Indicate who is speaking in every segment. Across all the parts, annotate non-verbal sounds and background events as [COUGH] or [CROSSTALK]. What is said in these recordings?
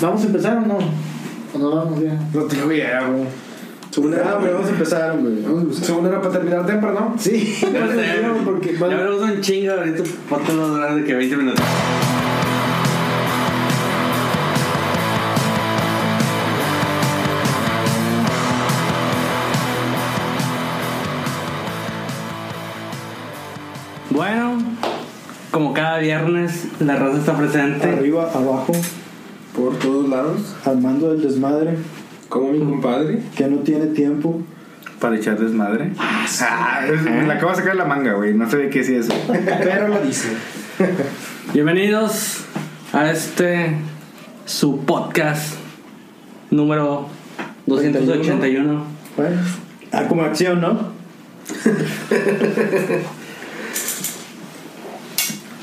Speaker 1: ¿Vamos a empezar o no? ¿O nos vamos ya?
Speaker 2: No tengo idea, güey. Según era, güey, vamos a empezar, güey.
Speaker 3: Vamos a empezar.
Speaker 2: Según era para terminar temprano.
Speaker 1: Sí.
Speaker 4: Ya
Speaker 1: no
Speaker 4: lo
Speaker 1: sé,
Speaker 4: sé,
Speaker 1: no, porque,
Speaker 4: porque
Speaker 1: [LAUGHS]
Speaker 4: ya
Speaker 1: bueno,
Speaker 4: hablamos un chingo ahorita, ponte más grande que 20 minutos. Bueno, como cada viernes, la raza está presente.
Speaker 1: arriba, abajo,
Speaker 2: Por todos lados.
Speaker 1: al mando del desmadre,
Speaker 2: Como mi compadre.
Speaker 1: que no tiene tiempo.
Speaker 5: Para echar desmadre. Ah, es- me la acabo de sacar de la manga, güey. No sabía qué es eso.
Speaker 2: Pero lo dice.
Speaker 4: Bienvenidos a este su podcast número 281.
Speaker 1: Bueno, ah, como acción, ¿no?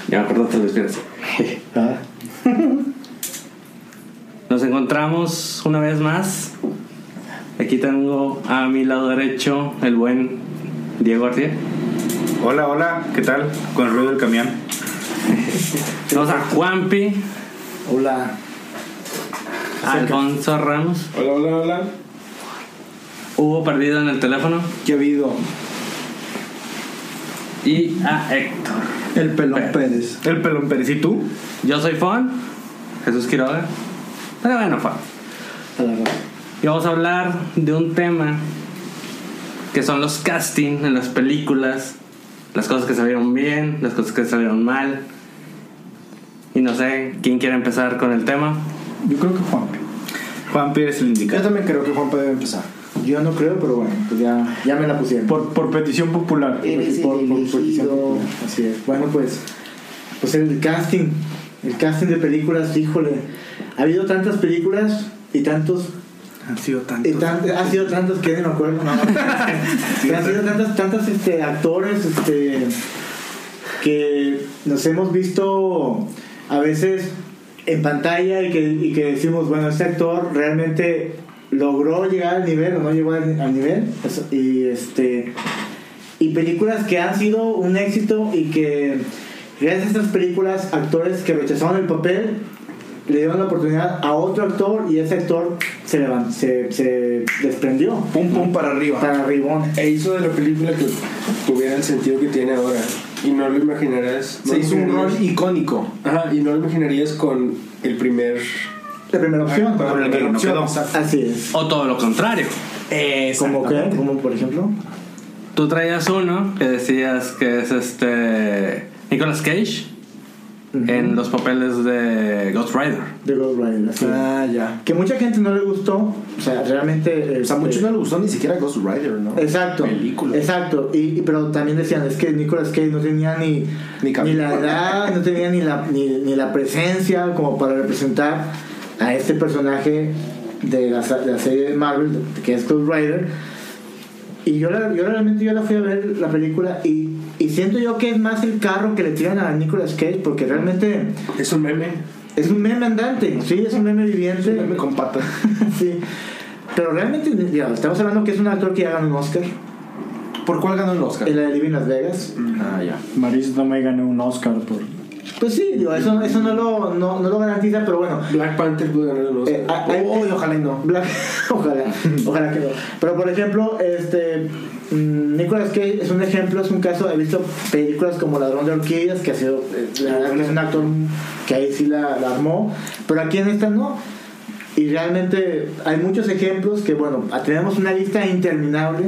Speaker 4: Ya me acuerdo hasta los viernes.
Speaker 1: Ah,
Speaker 4: Nos encontramos una vez más. Aquí tengo a mi lado derecho el buen Diego García.
Speaker 5: Hola, hola, ¿qué tal? Con el ruido del camión.
Speaker 4: Tenemos a Juanpi,
Speaker 1: hola.
Speaker 4: a Alfonso Ramos.
Speaker 2: Hola, hola, hola.
Speaker 4: Hubo perdido en el teléfono.
Speaker 1: ¿Qué ha habido?
Speaker 4: Y a Héctor.
Speaker 1: El pelón
Speaker 4: Pe-
Speaker 1: Pérez.
Speaker 5: El pelón Pérez, ¿y tú?
Speaker 4: Yo soy Fon, Jesús Quiroga. Pero bueno, Fon.
Speaker 1: A la raza.
Speaker 4: Y vamos a hablar de un tema que son los castings en las películas, las cosas que salieron bien, las cosas que salieron mal. Y no sé quién quiere empezar con el tema.
Speaker 3: Yo creo que Juan.
Speaker 5: Juan Pérez, el
Speaker 3: Yo
Speaker 5: indicado.
Speaker 3: también creo que Juan debe empezar.
Speaker 1: Yo no creo, pero bueno, pues ya, ya me la pusieron.
Speaker 3: Por, por petición popular.
Speaker 1: Eres
Speaker 3: por,
Speaker 1: el
Speaker 3: por petición
Speaker 1: elegido.
Speaker 3: popular.
Speaker 1: Así es. Bueno, pues, pues el casting, el casting de películas, híjole, ha habido tantas películas y tantos
Speaker 5: Han sido
Speaker 1: y tan- ha sido tantos que ya ni me acuerdo no, [LAUGHS] Pero han sido tantas tantas este actores este que nos hemos visto a veces en pantalla y que, y que decimos bueno este actor realmente logró llegar al nivel o no llegó al, al nivel Eso- y este y películas que han sido un éxito y que gracias a estas películas actores que rechazaron el papel le dieron la oportunidad a otro actor y ese actor se levantó, se, se desprendió
Speaker 2: Pum, pum, para arriba.
Speaker 1: para Ribón.
Speaker 6: e hizo de la película que tuviera el sentido que tiene ahora. Y no lo imaginarás. no
Speaker 2: Se
Speaker 6: lo
Speaker 2: hizo un
Speaker 6: imaginarías-
Speaker 2: rol icónico.
Speaker 6: Ajá, y no lo imaginarías con el primer.
Speaker 1: La primera opción.
Speaker 5: Con el que no quedó.
Speaker 1: Así es.
Speaker 4: O todo lo contrario.
Speaker 1: ¿Como qué? ¿Como por ejemplo?
Speaker 4: Tú traías uno que decías que es este Nicolas Cage en los papeles de Ghost Rider.
Speaker 1: The Ghost Rider. así es.
Speaker 3: Ah, ya.
Speaker 1: Que mucha gente no le gustó. O sea, realmente.
Speaker 3: O sea,
Speaker 1: este,
Speaker 3: muchos no le gustó ni siquiera Ghost Rider, ¿no?
Speaker 1: Exacto.
Speaker 3: Película.
Speaker 1: Exacto. Y, y- pero también decían, es que Nicolas Cage no tenía ni,
Speaker 3: Ni cabello.
Speaker 1: la edad, no tenía ni la, ni, ni la presencia como para representar a este personaje de la, sa- de la serie de Marvel, que es Ghost Rider. Y yo, la- yo realmente yo la fui a ver la película y, y siento yo que es más el carro que le tiran a Nicolas Cage porque realmente
Speaker 6: Es un meme.
Speaker 1: es un meme andante, sí, es un meme viviente.
Speaker 3: Con patas.
Speaker 1: [LAUGHS] sí. Pero realmente, ya, estamos hablando que es un actor que ya ganó un Oscar.
Speaker 3: ¿Por cuál ganó el Oscar?
Speaker 1: En la de Living Las Vegas. Mm.
Speaker 3: Ah, ya.
Speaker 7: Maris no me gané un Oscar por.
Speaker 1: Pues sí, digo, eso, eso no, lo, no, no lo garantiza, pero bueno.
Speaker 6: Black Panther pudo ganar un Oscar.
Speaker 1: Eh,
Speaker 2: ah,
Speaker 1: hay- hay-
Speaker 3: Uy, ojalá y no.
Speaker 1: [LAUGHS] Black- ojalá, ojalá que no. Pero por ejemplo, este mm, Nicolas Cage es un ejemplo, es un caso. He visto películas como Ladrón de Orquídeas, que ha sido, eh, la verdad que es un actor que ahí sí la, la armó, pero aquí en esta no. Y realmente hay muchos ejemplos que, bueno, tenemos una lista interminable.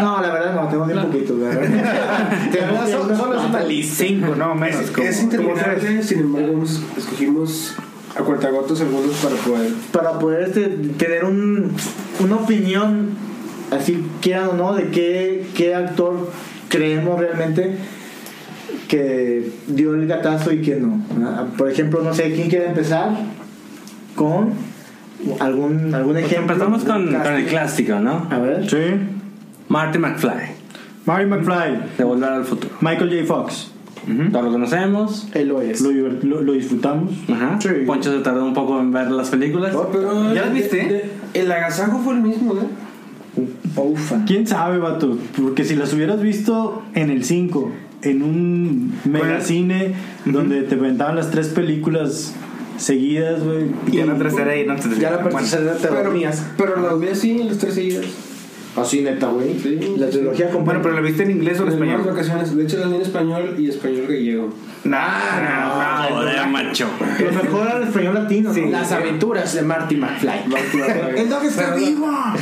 Speaker 1: No, la verdad no, tenemos bien poquitos, la
Speaker 3: [LAUGHS]
Speaker 1: verdad. Tenemos
Speaker 3: Solo-
Speaker 1: bien-
Speaker 3: solo es una lista.
Speaker 5: Cinco, no menos. como-
Speaker 6: Oh, es interminable, sin embargo, nos escogimos a cuentagotos algunos para poder.
Speaker 1: para poder este, tener un, una opinión, así quieran o no, de qué, qué actor creemos realmente que dio el gatazo y quién no. ¿verdad? Ah, Por ejemplo, no sé, ¿quién quiere empezar con algún, algún
Speaker 4: Pues
Speaker 1: ejemplo?
Speaker 4: empezamos con,
Speaker 1: Algún
Speaker 4: con el
Speaker 1: casting.
Speaker 4: clásico, ¿no?
Speaker 1: A ver.
Speaker 7: Sí.
Speaker 4: Marty McFly,
Speaker 7: Mary McFly,
Speaker 4: de Volver al Futuro.
Speaker 7: Michael J. Fox.
Speaker 4: Todos lo conocemos.
Speaker 3: Él lo es.
Speaker 7: Lo, diver- lo- lo disfrutamos.
Speaker 4: Ajá.
Speaker 7: Sí.
Speaker 4: Poncho se tardó un poco en ver las películas.
Speaker 6: pero.
Speaker 5: ¿Ya las viste?
Speaker 6: el agasajo fue el mismo, ¿eh?
Speaker 1: Ufa.
Speaker 7: ¿Quién sabe, vato? Porque si las hubieras visto en el 5, en un megacine donde te ventaban las tres películas
Speaker 1: seguidas, güey.
Speaker 5: Y ya la tercera y no te
Speaker 2: Ya la
Speaker 5: Bueno,
Speaker 2: tercera te
Speaker 6: Pero,
Speaker 2: dormías.
Speaker 6: pero las vi así, las tres seguidas.
Speaker 2: Así, neta, güey.
Speaker 8: La trilogía con
Speaker 5: Bueno, pero ¿la viste en inglés o en
Speaker 6: Las mismas
Speaker 5: español?
Speaker 6: vacaciones. De hecho, las vi en español y español gallego.
Speaker 5: Nah,
Speaker 4: Ah,
Speaker 5: nah, nah,
Speaker 4: joder,
Speaker 5: nah.
Speaker 4: macho.
Speaker 8: Lo mejor era el español latino, ¿no?
Speaker 2: Las aventuras de Marty McFly. [LAUGHS]
Speaker 8: ¡Es lo que está viva!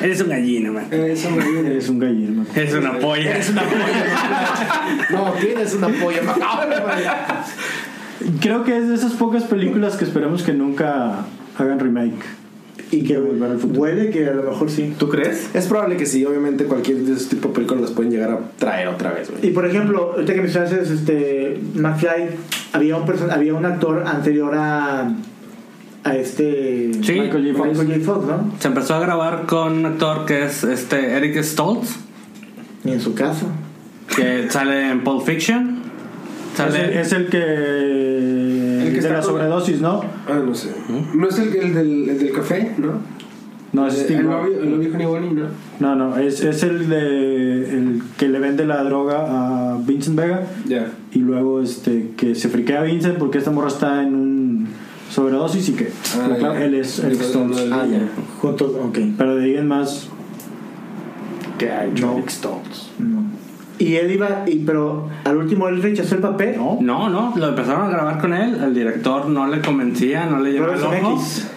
Speaker 4: Eres un gallina, man.
Speaker 6: Eso me viene.
Speaker 1: Eres un gallero, man.
Speaker 4: Eres una polla.
Speaker 2: No, tienes una polla. macabra, güey.
Speaker 1: Creo que es de esas pocas películas que esperamos que nunca hagan remake.
Speaker 8: Y que
Speaker 1: Volver al futuro.
Speaker 8: huele que a lo mejor sí.
Speaker 5: ¿Tú crees?
Speaker 2: [LAUGHS] Es probable que sí, obviamente cualquier de ese tipo de películas las pueden llegar a traer otra vez, güey.
Speaker 8: Y por ejemplo, ahorita que mencionaste este, McFly, había un, person- había un actor anterior a, a este.
Speaker 4: Sí.
Speaker 1: Michael J. Fox.
Speaker 8: Michael J. Fox, ¿no?
Speaker 4: Se empezó a grabar con un actor que es este Eric Stoltz,
Speaker 8: Ni en su casa.
Speaker 4: que sale en Pulp Fiction.
Speaker 1: Es el,
Speaker 4: Sale.
Speaker 1: es el que.
Speaker 6: que
Speaker 1: de
Speaker 6: está
Speaker 1: la
Speaker 6: con-
Speaker 1: sobredosis, ¿no?
Speaker 6: Ah, no sé.
Speaker 2: ¿Mm?
Speaker 6: No es el, el del, el del café, ¿no?
Speaker 1: No, es Steve.
Speaker 6: Eh, el
Speaker 1: Rock.
Speaker 6: novio, el novio Honey Bunny, ¿no?
Speaker 1: No, no, es, es el de el que le vende la droga a Vincent Vega
Speaker 6: Ya.
Speaker 1: y luego este que se friquea a Vincent porque esta morra está en un sobredosis y que
Speaker 6: Ah,
Speaker 1: claro,
Speaker 6: ya.
Speaker 1: él es el
Speaker 6: Entonces,
Speaker 1: Stones.
Speaker 6: no,
Speaker 8: Ah,
Speaker 6: no.
Speaker 8: ya. Junto, ok.
Speaker 1: Pero de ahí en más
Speaker 2: Que hay
Speaker 8: No.
Speaker 2: Rick Stones.
Speaker 8: No. Y él iba, y, pero al último él rechazó el papel.
Speaker 1: no.
Speaker 4: No, no, lo empezaron a grabar con él. El director no le convencía, no le llevaba el
Speaker 8: Robert
Speaker 4: ojo.
Speaker 8: Zemeckis.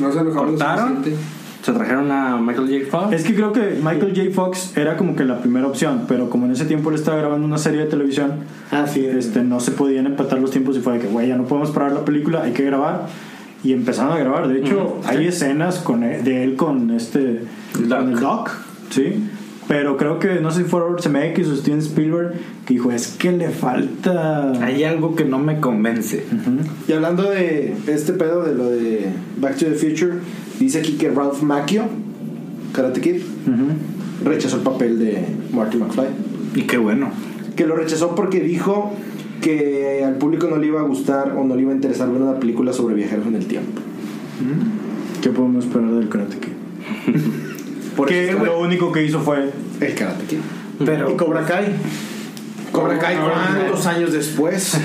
Speaker 6: No se enojaron lo
Speaker 4: ¿Cortaron?
Speaker 6: suficiente.
Speaker 4: Se trajeron a Michael J. Fox.
Speaker 1: Es que creo que Michael J. Fox era como que la primera opción, pero como en ese tiempo él estaba grabando una serie de televisión,
Speaker 8: Ah, sí.
Speaker 1: este no se podían empatar los tiempos y fue de que güey, ya no podemos parar la película, hay que grabar. Y empezaron a grabar. De hecho, hay escenas con él- de él con este con el Doc, sí. Pero creo que no sé si fue Robert Zemeckis o Steven Spielberg que dijo, "Es que le falta
Speaker 5: Hay algo que no me convence.
Speaker 2: Y hablando de este pedo de lo de Back to the Future, dice aquí que Ralph Macchio, Karate Kid, rechazó el papel de Marty McFly.
Speaker 5: Y qué bueno.
Speaker 2: Que lo rechazó porque dijo que al público no le iba a gustar o no le iba a interesar ver una película sobre viajeros en el tiempo.
Speaker 1: qué podemos esperar del Karate Kid?"
Speaker 8: [LAUGHS]
Speaker 2: Porque
Speaker 1: que lo único que hizo fue
Speaker 2: el Karate Kid.
Speaker 8: pero, y Cobra Kai.
Speaker 2: Cobra Kai, ¿cuántos años [LAUGHS] después?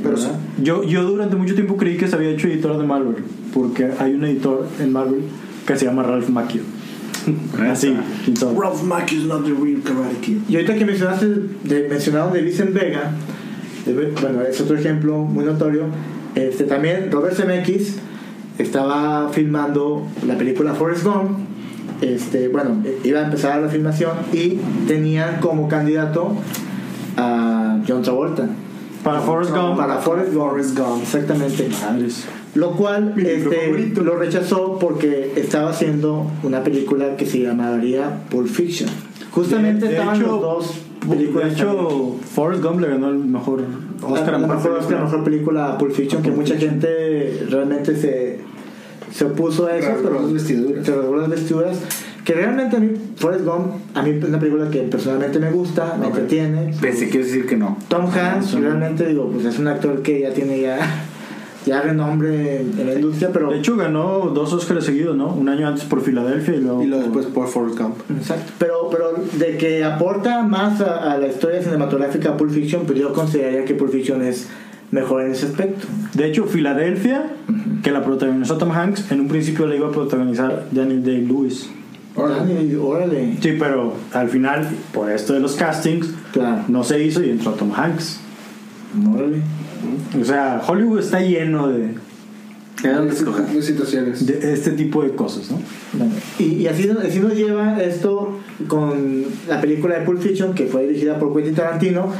Speaker 2: Pero sí.
Speaker 1: Yo, yo durante mucho tiempo creí que se había hecho editor de Marvel, porque hay un editor en Marvel que se llama Ralph
Speaker 8: [LAUGHS]
Speaker 1: Macchio. Así, quién sabe.
Speaker 2: Ralph Macchio is not the real Karate Kid.
Speaker 8: Y ahorita que mencionaste, de, mencionaron de Vincent Vega, de- bueno, es otro ejemplo muy notorio. Este, también Robert Zemeckis estaba filmando la película Forrest Gump. Este, bueno, iba a empezar la filmación y tenían como candidato a John Travolta.
Speaker 1: Para Forrest Gump,
Speaker 8: Para Forrest Gump. exactamente.
Speaker 1: madres.
Speaker 8: Lo cual este, lo rechazó porque estaba haciendo una película que se llamaría Pulp Fiction. Justamente
Speaker 1: De- de
Speaker 8: estaban
Speaker 1: hecho,
Speaker 8: los dos películas.
Speaker 1: de hecho, Forrest Gump le ganó el mejor
Speaker 8: Oscar,
Speaker 1: Oscar.
Speaker 8: la,
Speaker 1: a mejor
Speaker 8: mejor, Oscar,
Speaker 1: película.
Speaker 8: la mejor película a Pulp Fiction, que mucha gente realmente se, se opuso a eso,
Speaker 6: Rasgó
Speaker 8: pero
Speaker 6: las vestiduras.
Speaker 8: se rasgó las vestiduras. Que realmente a mí, Forrest Gump, a mí es una película que personalmente me gusta, me entretiene.
Speaker 5: Pensé que iba a decir que no.
Speaker 8: Tom Hanks, realmente digo, pues es un actor que ya tiene ya, [LAUGHS] ya renombre en, en la industria, pero...
Speaker 1: De hecho, ganó dos Oscars seguidos, ¿no? Un año antes por Filadelfia y luego.
Speaker 2: Y lo después por Forrest Gump.
Speaker 8: Exacto. Pero, pero de que aporta más a, a la historia cinematográfica Pulp Fiction, pues yo consideraría que Pulp Fiction es mejor en ese aspecto.
Speaker 1: De hecho, Filadelfia, que la protagonizó Tom Hanks, en un principio le iba a protagonizar Daniel Day-Lewis.
Speaker 8: Órale. Órale.
Speaker 1: Sí, pero al final, por esto de los castings,
Speaker 8: Claro.
Speaker 1: no se hizo y entró Tom Hanks.
Speaker 8: Órale.
Speaker 1: O sea, Hollywood está lleno de,
Speaker 4: ¿De dónde escoger?
Speaker 6: Dos situaciones.
Speaker 1: de este tipo de cosas, ¿no?
Speaker 8: Y, y así, así nos lleva esto con la película de Pulp Fiction, que fue dirigida por Quentin Tarantino,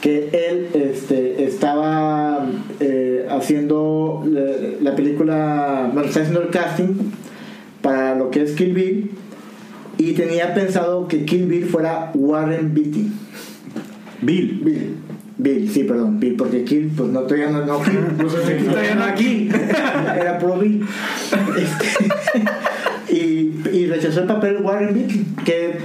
Speaker 8: que él este, estaba eh, haciendo eh, la, la película, bueno, está haciendo el casting para lo que es Kill Bill, y tenía pensado que Kill Bill fuera Warren Beatty.
Speaker 1: Bill.
Speaker 8: Bill. Bill, sí, perdón, Bill, porque Kill, pues no, todavía no, no, Kill, pues, todavía
Speaker 5: [LAUGHS]
Speaker 8: no aquí, era pro Bill. Este, [LAUGHS] y, y rechazó el papel Warren Beatty, que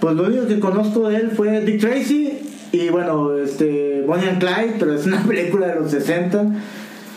Speaker 8: pues lo único que conozco de él fue Dick Tracy y bueno, este, Bonnie and Clyde, pero es una [LAUGHS] película de los 60.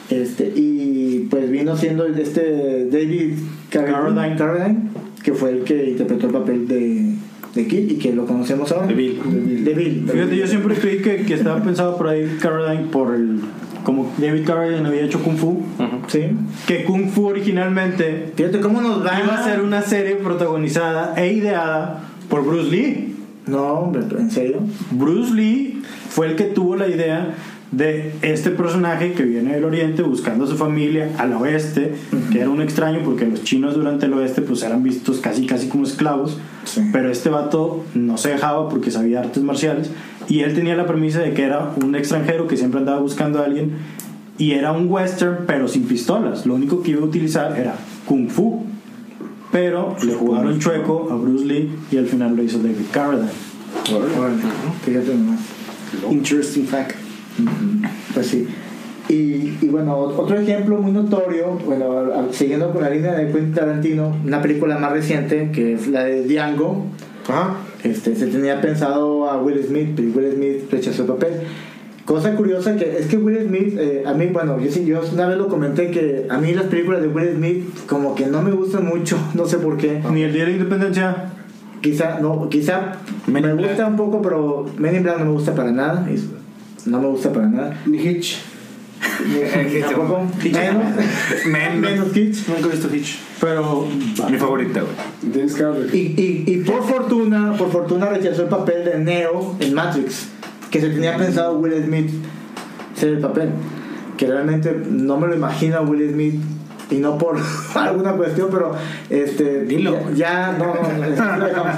Speaker 8: Este, y pues vino siendo este David Carradine,
Speaker 1: Carradine.
Speaker 8: Carradine, que fue el que interpretó el papel de de Kill y que lo conocemos ahora.
Speaker 5: De Bill.
Speaker 8: De Bill.
Speaker 1: Fíjate, yo siempre creí que, que estaba pensado por David Carradine por el. Como David Carradine había hecho Kung Fu.
Speaker 8: Sí.
Speaker 1: Que Kung Fu originalmente
Speaker 8: Fíjate cómo nos va
Speaker 1: iba a ser una serie protagonizada e ideada por Bruce Lee.
Speaker 8: No, hombre, en serio.
Speaker 1: Bruce Lee fue el que tuvo la idea de este personaje que viene del oriente buscando a su familia al oeste, que era un extraño porque los chinos durante el oeste pues eran vistos casi casi como esclavos,
Speaker 8: Sí.
Speaker 1: pero este vato no se dejaba porque sabía artes marciales y él tenía la premisa de que era un extranjero que siempre andaba buscando a alguien y era un western pero sin pistolas, lo único que iba a utilizar era kung fu, pero le jugaron chueco a Bruce Lee y al final lo hizo David Carradine.
Speaker 8: Órale, fíjate nomás.
Speaker 2: Interesting fact.
Speaker 8: Pues sí. Y, y bueno, ot- otro ejemplo muy notorio, bueno, a- a- siguiendo con la línea de Quentin Tarantino, una película más reciente que es la de Django.
Speaker 2: Ajá.
Speaker 8: Este, se tenía pensado a Will Smith, pero Will Smith rechazó el papel. Cosa curiosa que es que Will Smith, eh, a mí, bueno, yo sí, yo una vez lo comenté que a mí las películas de Will Smith como que no me gustan mucho, [LAUGHS] no sé por qué.
Speaker 1: Ni el Día de la Independencia.
Speaker 8: Quizá, no, quizá me gusta un poco, pero Men in Black no me gusta para nada. es- No me gusta para nada.
Speaker 6: Ni Hitch.
Speaker 1: Eh,
Speaker 8: Tampoco.
Speaker 1: [LAUGHS]
Speaker 8: Menos.
Speaker 5: Men.
Speaker 8: Menos Kids.
Speaker 2: Nunca he visto Hitch.
Speaker 1: Pero
Speaker 5: Mi favorita, güey.
Speaker 6: Tienes que hablar.
Speaker 8: Y, y, y por fortuna, por fortuna rechazó el papel de Neo en Matrix, que se tenía pensado Will Smith ser el papel. Que realmente no me lo imagino a Will Smith y no por [LAUGHS] alguna cuestión, pero este ya, ya, no, no, este, lo dejamos.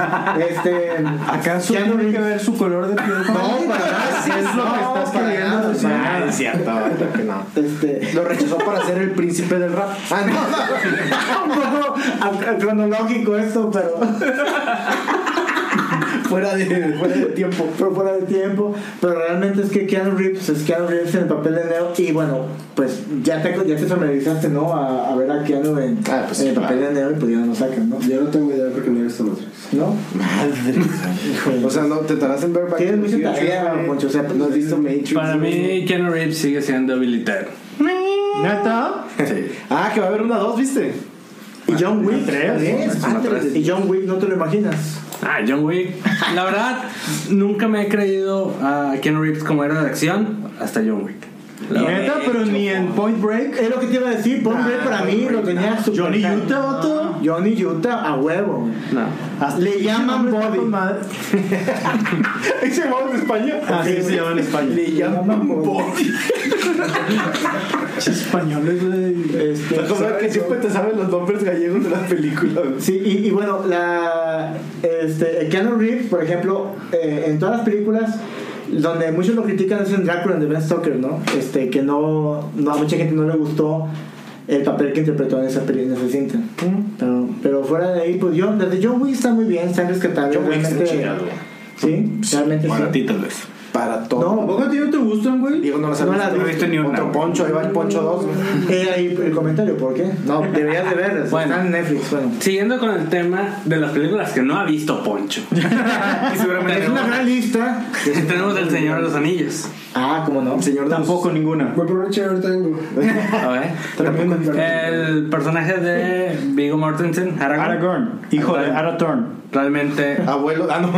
Speaker 8: este
Speaker 1: ¿acaso
Speaker 8: Keanu
Speaker 1: tiene que
Speaker 8: Reeves-
Speaker 1: ver su color de piel?
Speaker 2: [LAUGHS]
Speaker 8: No, para nada,
Speaker 1: Sí, es lo que
Speaker 8: no,
Speaker 1: estás
Speaker 8: para
Speaker 1: queriendo
Speaker 8: nada,
Speaker 1: decir.
Speaker 8: para nada.
Speaker 2: es cierto, que no.
Speaker 8: Este,
Speaker 2: Lo rechazó para ser el príncipe del rap. Ah, no.
Speaker 8: [LAUGHS] un poco a- a- cronológico esto, pero
Speaker 2: [LAUGHS] fuera, de, fuera de tiempo.
Speaker 8: pero fuera de tiempo. Pero realmente es que Keanu Reeves pues, es Keanu Reeves en el papel de Neo. Y bueno, pues ya te, ya te familiarizaste, ¿no? A, a ver a Keanu en,
Speaker 2: Ah, pues
Speaker 8: en el
Speaker 2: sí,
Speaker 8: papel de Neo y pues ya no sacan, ¿no?
Speaker 6: Yo no tengo idea porque no he visto Matrix.
Speaker 8: ¿No? [LAUGHS]
Speaker 2: O sea, no te tardas en ver Back to
Speaker 8: Tienes
Speaker 2: the
Speaker 8: mucha
Speaker 2: Future,
Speaker 8: tarea,
Speaker 2: güey.
Speaker 8: Poncho, o sea,
Speaker 2: no has visto Matrix.
Speaker 4: Para
Speaker 2: güey.
Speaker 4: mí, Keanu Reeves sigue siendo habilitado.
Speaker 1: ¿Neta?
Speaker 2: Ah, que va a haber una dos, ¿viste?
Speaker 8: Y John Wick.
Speaker 1: Ah,
Speaker 8: Ah,
Speaker 1: tres,
Speaker 8: también.
Speaker 4: una tres.
Speaker 8: Y John Wick, no te lo imaginas.
Speaker 4: Ah, John Wick. La verdad, nunca me he creído a Keanu Reeves como héroe de acción hasta John Wick. La verdad.
Speaker 1: Neta, pero ni en Point Break. Ah,
Speaker 8: Es lo que te iba a decir, Pombre para mí lo tenía super
Speaker 1: Johnny Utah, vato.
Speaker 8: Johnny Utah a huevo.
Speaker 4: No.
Speaker 1: Hasta-
Speaker 8: Le llaman
Speaker 1: Está
Speaker 8: Bobby.
Speaker 1: con madre.
Speaker 2: Ahí se llamaba en España.
Speaker 8: Ah,
Speaker 1: Así se llama en España.
Speaker 2: Le llaman Bobby.
Speaker 1: Españoles, güey.
Speaker 8: Este,
Speaker 2: Es como que siempre te saben los nombres gallegos de las películas. güey.
Speaker 8: Sí, y, y bueno, la, este, Keanu Reeves, por ejemplo, eh, en todas las películas donde muchos lo critican es en Drácula de Ben Stoker, ¿no? Este, que no, no, a mucha gente no le gustó el papel que interpretó en esa, peli- en esa cinta. Pero, pero fuera de ahí, pues yo, desde John Wick está muy bien, está rescatable.
Speaker 2: John Wick está
Speaker 8: realmente-
Speaker 2: chingado.
Speaker 8: Sí, realmente
Speaker 5: Para
Speaker 8: sí.
Speaker 5: ti, tal vez.
Speaker 2: Para todo.
Speaker 8: No,
Speaker 1: ¿Poco a ti no te gustan, güey?
Speaker 2: Diego no las ha
Speaker 8: No las
Speaker 2: visto.
Speaker 8: he
Speaker 5: visto ni una.
Speaker 2: Otro Poncho, ahí va el Poncho 2.
Speaker 8: he ahí el comentario, ¿por qué? No, deberías de verlas,
Speaker 4: Bueno.
Speaker 8: están en Netflix, bueno.
Speaker 4: Siguiendo con el tema de las películas que no ha visto [LAUGHS] Poncho.
Speaker 5: Y seguramente
Speaker 8: Es una
Speaker 5: no.
Speaker 8: gran lista.
Speaker 4: Tenemos El Señor de los Anillos.
Speaker 8: Ah, ¿cómo no?
Speaker 2: Señor
Speaker 1: Tampoco ninguna.
Speaker 6: Voy por una chévere tengo.
Speaker 4: A ver. El personaje de Vigo Mortensen, Aragorn,
Speaker 1: Aragorn. Hijo de Aratorn.
Speaker 4: realmente
Speaker 2: [LAUGHS] Abuelo. Ah, no.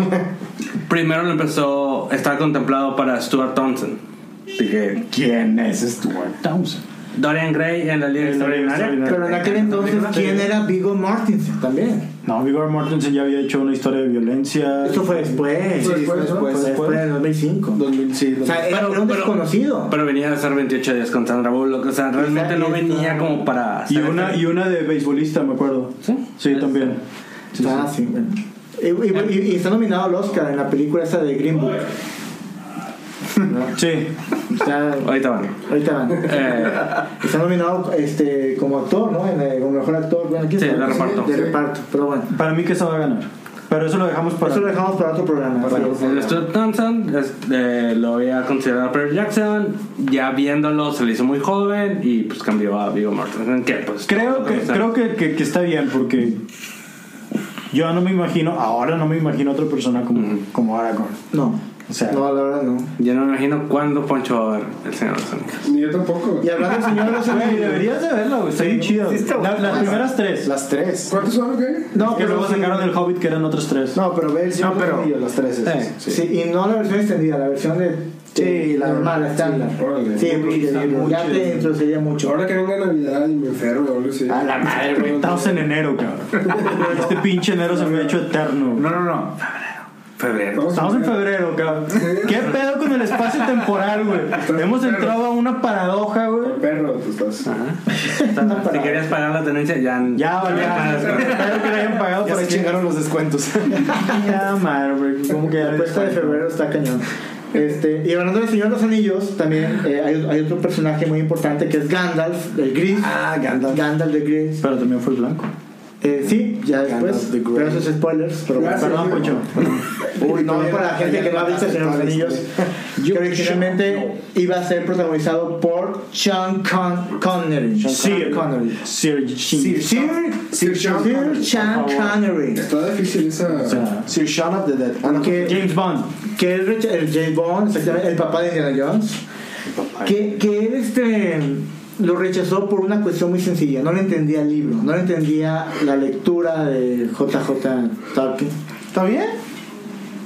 Speaker 4: primero lo empezó estar contemplado para Stuart Thompson. Dije,
Speaker 1: ¿Quién es
Speaker 5: este
Speaker 1: Stuart Townsend?
Speaker 4: Dorian Gray en la Liga
Speaker 1: En la Liga
Speaker 4: Extraordinaria.
Speaker 1: Extraordinaria.
Speaker 8: Pero en aquel entonces, ¿quién era Vigo Mortensen también?
Speaker 1: No, Vigor Mortensen ya había hecho una historia de violencia.
Speaker 8: Esto fue después.
Speaker 6: Sí, fue después,
Speaker 8: Fue después del 2005.
Speaker 2: 2000, sí.
Speaker 8: O sea, era
Speaker 4: Pero-
Speaker 8: un
Speaker 4: pero-
Speaker 8: desconocido.
Speaker 4: Pero venía a ser 28 días con Sandra Bullock. O sea, realmente no
Speaker 8: Exacto.
Speaker 4: venía como para.
Speaker 1: Y
Speaker 4: ser-
Speaker 1: una, y una de beisbolista, me acuerdo.
Speaker 4: ¿Sí?
Speaker 1: Sí, también. Sí,
Speaker 8: Ah, sí, bueno. Y, y- y- y está nominado al Oscar en la película esa de Green Book.
Speaker 1: Sí.
Speaker 8: Está-
Speaker 4: Ahorita van.
Speaker 8: ahorita van.
Speaker 4: Eh, [LAUGHS]
Speaker 8: Está nominado este, como actor, ¿no? En, eh, como mejor actor. Bueno, aquí
Speaker 4: Sí,
Speaker 8: está.
Speaker 4: de reparto.
Speaker 8: De
Speaker 4: Sí.
Speaker 8: reparto, pero bueno.
Speaker 1: Para mí que se va a ganar. Pero eso lo dejamos para.
Speaker 8: Eso lo dejamos para otro programa. así es.
Speaker 4: el Stuart Thompson es- eh, lo había considerado Pearl Jackson. Ya viéndolo, se le hizo muy joven y pues cambió a Vigo Mortensen. Que pues.
Speaker 1: Creo que, creo que, que- que está bien porque yo no me imagino, ahora no me imagino otra persona como, como Aragorn.
Speaker 8: No.
Speaker 1: O sea,
Speaker 2: No, la verdad no.
Speaker 4: Yo no me imagino cuándo Poncho va a ver el Señor de los Anillos.
Speaker 6: Ni yo tampoco.
Speaker 2: Y hablando del Señor de los
Speaker 1: güey,
Speaker 2: Anillos,
Speaker 1: deberías de verlo, güey. Está bien chido. La- las primeras tres.
Speaker 2: Las tres.
Speaker 6: ¿Cuántos son, güey?
Speaker 2: No,
Speaker 1: que luego
Speaker 2: sí.
Speaker 1: sacaron el Hobbit, que eran otros tres.
Speaker 2: No, pero ve el Señor
Speaker 5: No,
Speaker 2: de los
Speaker 5: pero-
Speaker 2: Anillos, las tres. esas.
Speaker 1: Eh,
Speaker 2: Sí.
Speaker 8: Sí, y no la versión extendida, la versión de.
Speaker 2: Sí, la-
Speaker 8: normal,
Speaker 2: sí,
Speaker 8: estándar.
Speaker 6: órale.
Speaker 8: Sí,
Speaker 2: Porque
Speaker 8: porque
Speaker 2: está muy
Speaker 8: ya te
Speaker 2: chido.
Speaker 8: introduciría mucho.
Speaker 6: Ahora que venga Navidad y me enfermo o algo así.
Speaker 2: A Ah, la madre, güey.
Speaker 1: Estamos en
Speaker 2: [LAUGHS]
Speaker 1: enero, cabrón. Este pinche enero se me ha hecho eterno. güey.
Speaker 5: No, no, no. Febrero.
Speaker 1: Estamos en febrero, cabrón. ¿Qué pedo con el espacio temporal, güey? Hemos entrado a una paradoja, güey.
Speaker 6: Perro, tú estás.
Speaker 1: [LAUGHS]
Speaker 4: si querías pagar la tenencia, ya.
Speaker 1: Ya, vale. Espero que le hayan pagado
Speaker 2: Ya
Speaker 1: por
Speaker 2: se
Speaker 1: aquí.
Speaker 2: chingaron los descuentos.
Speaker 1: [LAUGHS] Ya, madre, güey. ¿Cómo que ya
Speaker 8: La
Speaker 1: le
Speaker 8: puesta de
Speaker 1: descuento?
Speaker 8: febrero
Speaker 2: [LAUGHS]
Speaker 8: está cañón. Este, y hablando del Señor de los Anillos, también eh, hay, hay otro personaje muy importante que es Gandalf, el gris.
Speaker 2: Ah, Gandalf.
Speaker 8: Gandalf de gris.
Speaker 1: Pero también fue el blanco.
Speaker 8: Eh, sí, ya después.
Speaker 2: the Grey.
Speaker 8: Pero esos spoilers. Pero bueno.
Speaker 1: Perdón, Poncho.
Speaker 8: [LAUGHS] Uy, no,
Speaker 2: ya-
Speaker 8: para la gente
Speaker 2: ya
Speaker 8: que no ha visto el
Speaker 2: mataste
Speaker 8: Señor de los
Speaker 2: toda la
Speaker 8: Anillos, que originalmente iba a ser protagonizado por Sean Con- Connery.
Speaker 1: Sir.
Speaker 8: Sean Connery.
Speaker 1: Sir
Speaker 8: Sir,
Speaker 1: Chin.
Speaker 8: Sir, Sir Sean Connery.
Speaker 6: Está difícil esa.
Speaker 1: O sea,
Speaker 2: Sir Shaun of the Dead. Ah, no,
Speaker 8: Que-
Speaker 1: James Bond.
Speaker 8: que es Richard- el James Bond, exactamente, el papá de Indiana Jones, que, que él este, lo rechazó por una cuestión muy sencilla, no le entendía el libro, no le entendía la lectura de JJ Tolkien,
Speaker 2: ¿Está bien?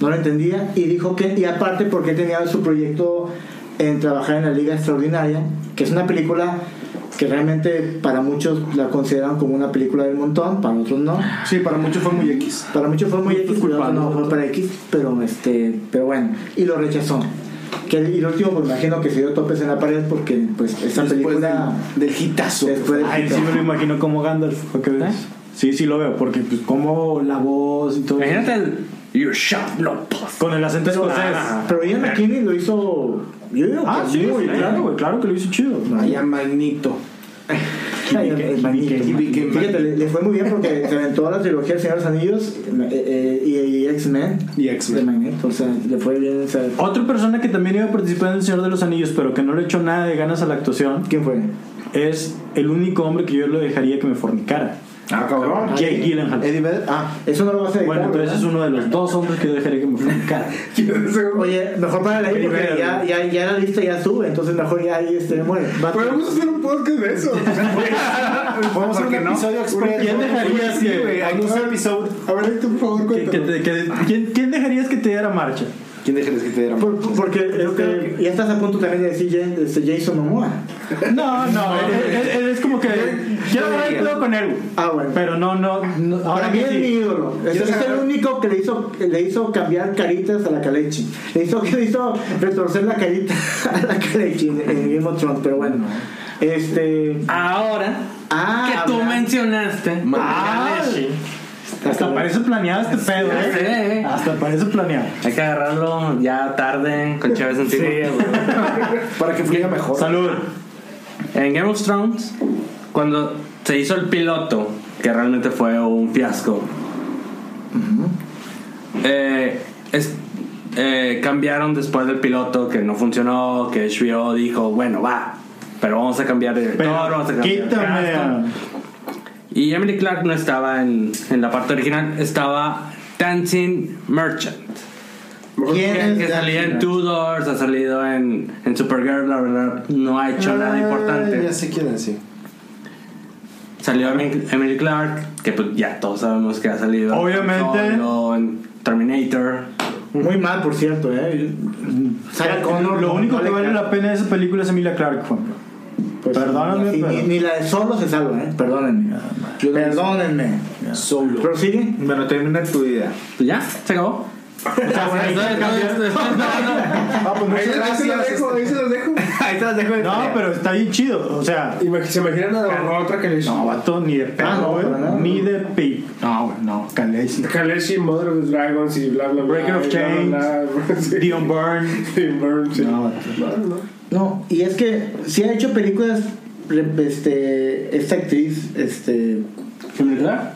Speaker 8: no lo entendía y dijo que, y aparte porque tenía su proyecto en trabajar en la Liga Extraordinaria, que es una película que realmente para muchos la consideran como una película del montón, para otros no.
Speaker 2: Sí, para muchos fue muy X.
Speaker 8: Para muchos fue muy X, pero no fue para X, pero este, pero bueno, y lo rechazó. Que el- y lo último, pues imagino que se dio topes en la pared porque pues esa
Speaker 2: Después
Speaker 8: película
Speaker 2: del, del hitazo.
Speaker 8: después de
Speaker 1: Ay, sí me lo imagino como Gandalf. ¿Para qué ves?
Speaker 8: ¿Eh?
Speaker 1: Sí, sí lo veo, porque pues como la voz y todo.
Speaker 4: Imagínate el. You shall not pass.
Speaker 1: Con el acento escocés.
Speaker 8: ¿Eh? Pero Ian McKinney lo hizo yo digo que
Speaker 1: Ah, sí,
Speaker 8: muy
Speaker 1: güey,
Speaker 8: bien.
Speaker 1: claro, güey, claro que lo hizo chido.
Speaker 8: Ah,
Speaker 2: Allá Magnito.
Speaker 8: Ay, el- el manito. Fíjate, le, le fue muy bien
Speaker 1: [LAUGHS]
Speaker 8: porque se aventó la trilogía del Señor de los Anillos eh, eh, y, y X-Men
Speaker 2: Y
Speaker 8: de
Speaker 6: [LAUGHS]
Speaker 2: X-Men.
Speaker 8: Magneto, o sea, le fue bien, o sea,
Speaker 1: Otra persona que también iba a participar en El Señor de los Anillos, pero que no le echó nada de ganas a la actuación,
Speaker 8: ¿quién fue?
Speaker 1: es el único hombre que yo le dejaría que me fornicara.
Speaker 5: Ah, cabrón.
Speaker 1: Jake Gyllenhaal.
Speaker 2: Eddie Vedder. Ah,
Speaker 8: Eso no lo vas a editar,
Speaker 1: Bueno, entonces
Speaker 8: ¿verdad?
Speaker 1: es uno de los dos hombres que yo dejaría que me fornicara.
Speaker 8: Oye, mejor para la ahí porque
Speaker 1: Primero.
Speaker 8: ya, ya, ya la lista ya sube, entonces mejor ya ahí este muere.
Speaker 1: Pues,
Speaker 6: Podemos hacer un podcast
Speaker 2: [LAUGHS]
Speaker 6: de eso.
Speaker 2: vamos a hacer
Speaker 5: ¿Por qué
Speaker 2: un
Speaker 5: no?
Speaker 2: episodio express.
Speaker 1: ¿Quién dejarías que-
Speaker 2: Hay un episodio.
Speaker 6: A ver, tú, por favor,
Speaker 1: Que- que
Speaker 6: cuéntame.
Speaker 1: te- que- ¿quién, quién dejarías que te diera marcha?
Speaker 2: ¿Quién dejarías que te diera
Speaker 8: Por- por- porque este, ya estás a punto también de decir Jan- este, Jason Momoa.
Speaker 1: No, [LAUGHS] no, él, él- él es como que. Quiero ver el pedo con él, güey.
Speaker 8: Ah, bueno.
Speaker 1: Pero no, no. no,
Speaker 8: Para
Speaker 1: ahora
Speaker 8: mí
Speaker 1: que
Speaker 8: es mi
Speaker 1: sí.
Speaker 8: ídolo. Es, es el único que le hizo, que le hizo cambiar caritas a la Kalechi. Le hizo, [LAUGHS] que le hizo retorcer la carita a la Kalechi en, en Game of Thrones, pero bueno. Este.
Speaker 4: Ahora
Speaker 8: Ah,
Speaker 4: que tú
Speaker 8: habla-
Speaker 4: mencionaste.
Speaker 1: Ah, hasta parece planeado este pedo,
Speaker 4: Ya
Speaker 1: ¿eh?
Speaker 4: sé.
Speaker 1: Hasta parece planeado.
Speaker 4: Hay que agarrarlo ya tarde, con Chávez encima.
Speaker 2: Para que fluya mejor.
Speaker 1: Salud.
Speaker 4: En Game of Thrones, cuando se hizo el piloto, que realmente fue un fiasco, eh, es- eh, cambiaron después del piloto que no funcionó, que HBO dijo, bueno, va, pero vamos a cambiar de director, vamos a
Speaker 1: Pero
Speaker 4: cambiar de
Speaker 1: quítame.
Speaker 4: cast".
Speaker 1: a-
Speaker 4: Y Emily Clark no estaba en, en la parte original, estaba Dancing Merchant.
Speaker 8: ¿Quién
Speaker 4: Que,
Speaker 8: es
Speaker 4: que salía en Two Doors, ha salido en, en Supergirl, la verdad, no ha hecho
Speaker 8: Ah,
Speaker 4: nada importante.
Speaker 2: Ya sé quién es, sí.
Speaker 4: Salió Emily Emily Clark, que pues ya todos sabemos que ha salido. en
Speaker 1: Obviamente.
Speaker 4: Solo, en Terminator.
Speaker 8: Muy mal, por cierto, ¿eh? Sarah Connor.
Speaker 1: Lo
Speaker 8: no-
Speaker 1: único
Speaker 8: no
Speaker 1: que
Speaker 8: le
Speaker 1: vale
Speaker 8: cae.
Speaker 1: la pena de esa película es Emilia Clark, [LAUGHS] Juan.
Speaker 8: Pues,
Speaker 1: Perdóname,
Speaker 8: ni-
Speaker 1: pero-
Speaker 8: ni, ni la de solo se salva, ¿eh? Perdónenme. Perdónenme.
Speaker 2: Solo.
Speaker 8: ¿Prosigue?
Speaker 5: Bueno, termina tu idea.
Speaker 4: Pues ya, se acabó.
Speaker 2: Ah, pues muchas
Speaker 6: Ahí ahí se las
Speaker 2: gracias.
Speaker 6: dejo, ahí se las dejo.
Speaker 5: Ahí te las dejo de
Speaker 1: No, pero está bien chido. O sea,
Speaker 6: Imag- ¿Se imaginan a la otra que le
Speaker 1: no, vato, ni de
Speaker 8: Ah, no,
Speaker 1: pedo, güey.
Speaker 8: para nada.
Speaker 1: ni de pi. No, güey, no. Khaleesi.
Speaker 6: Kaleshi, Mother of the Dragons y bla bla bla.
Speaker 1: Breaker of
Speaker 6: y bla,
Speaker 1: Chains.
Speaker 6: bla, bla, [LAUGHS] sí.
Speaker 1: Dion Byrne.
Speaker 6: Tim Burns, sí.
Speaker 1: No,
Speaker 6: No, no.
Speaker 8: No, y es que sí ha hecho películas, re- este, esta actriz, este, sí,
Speaker 6: Emilia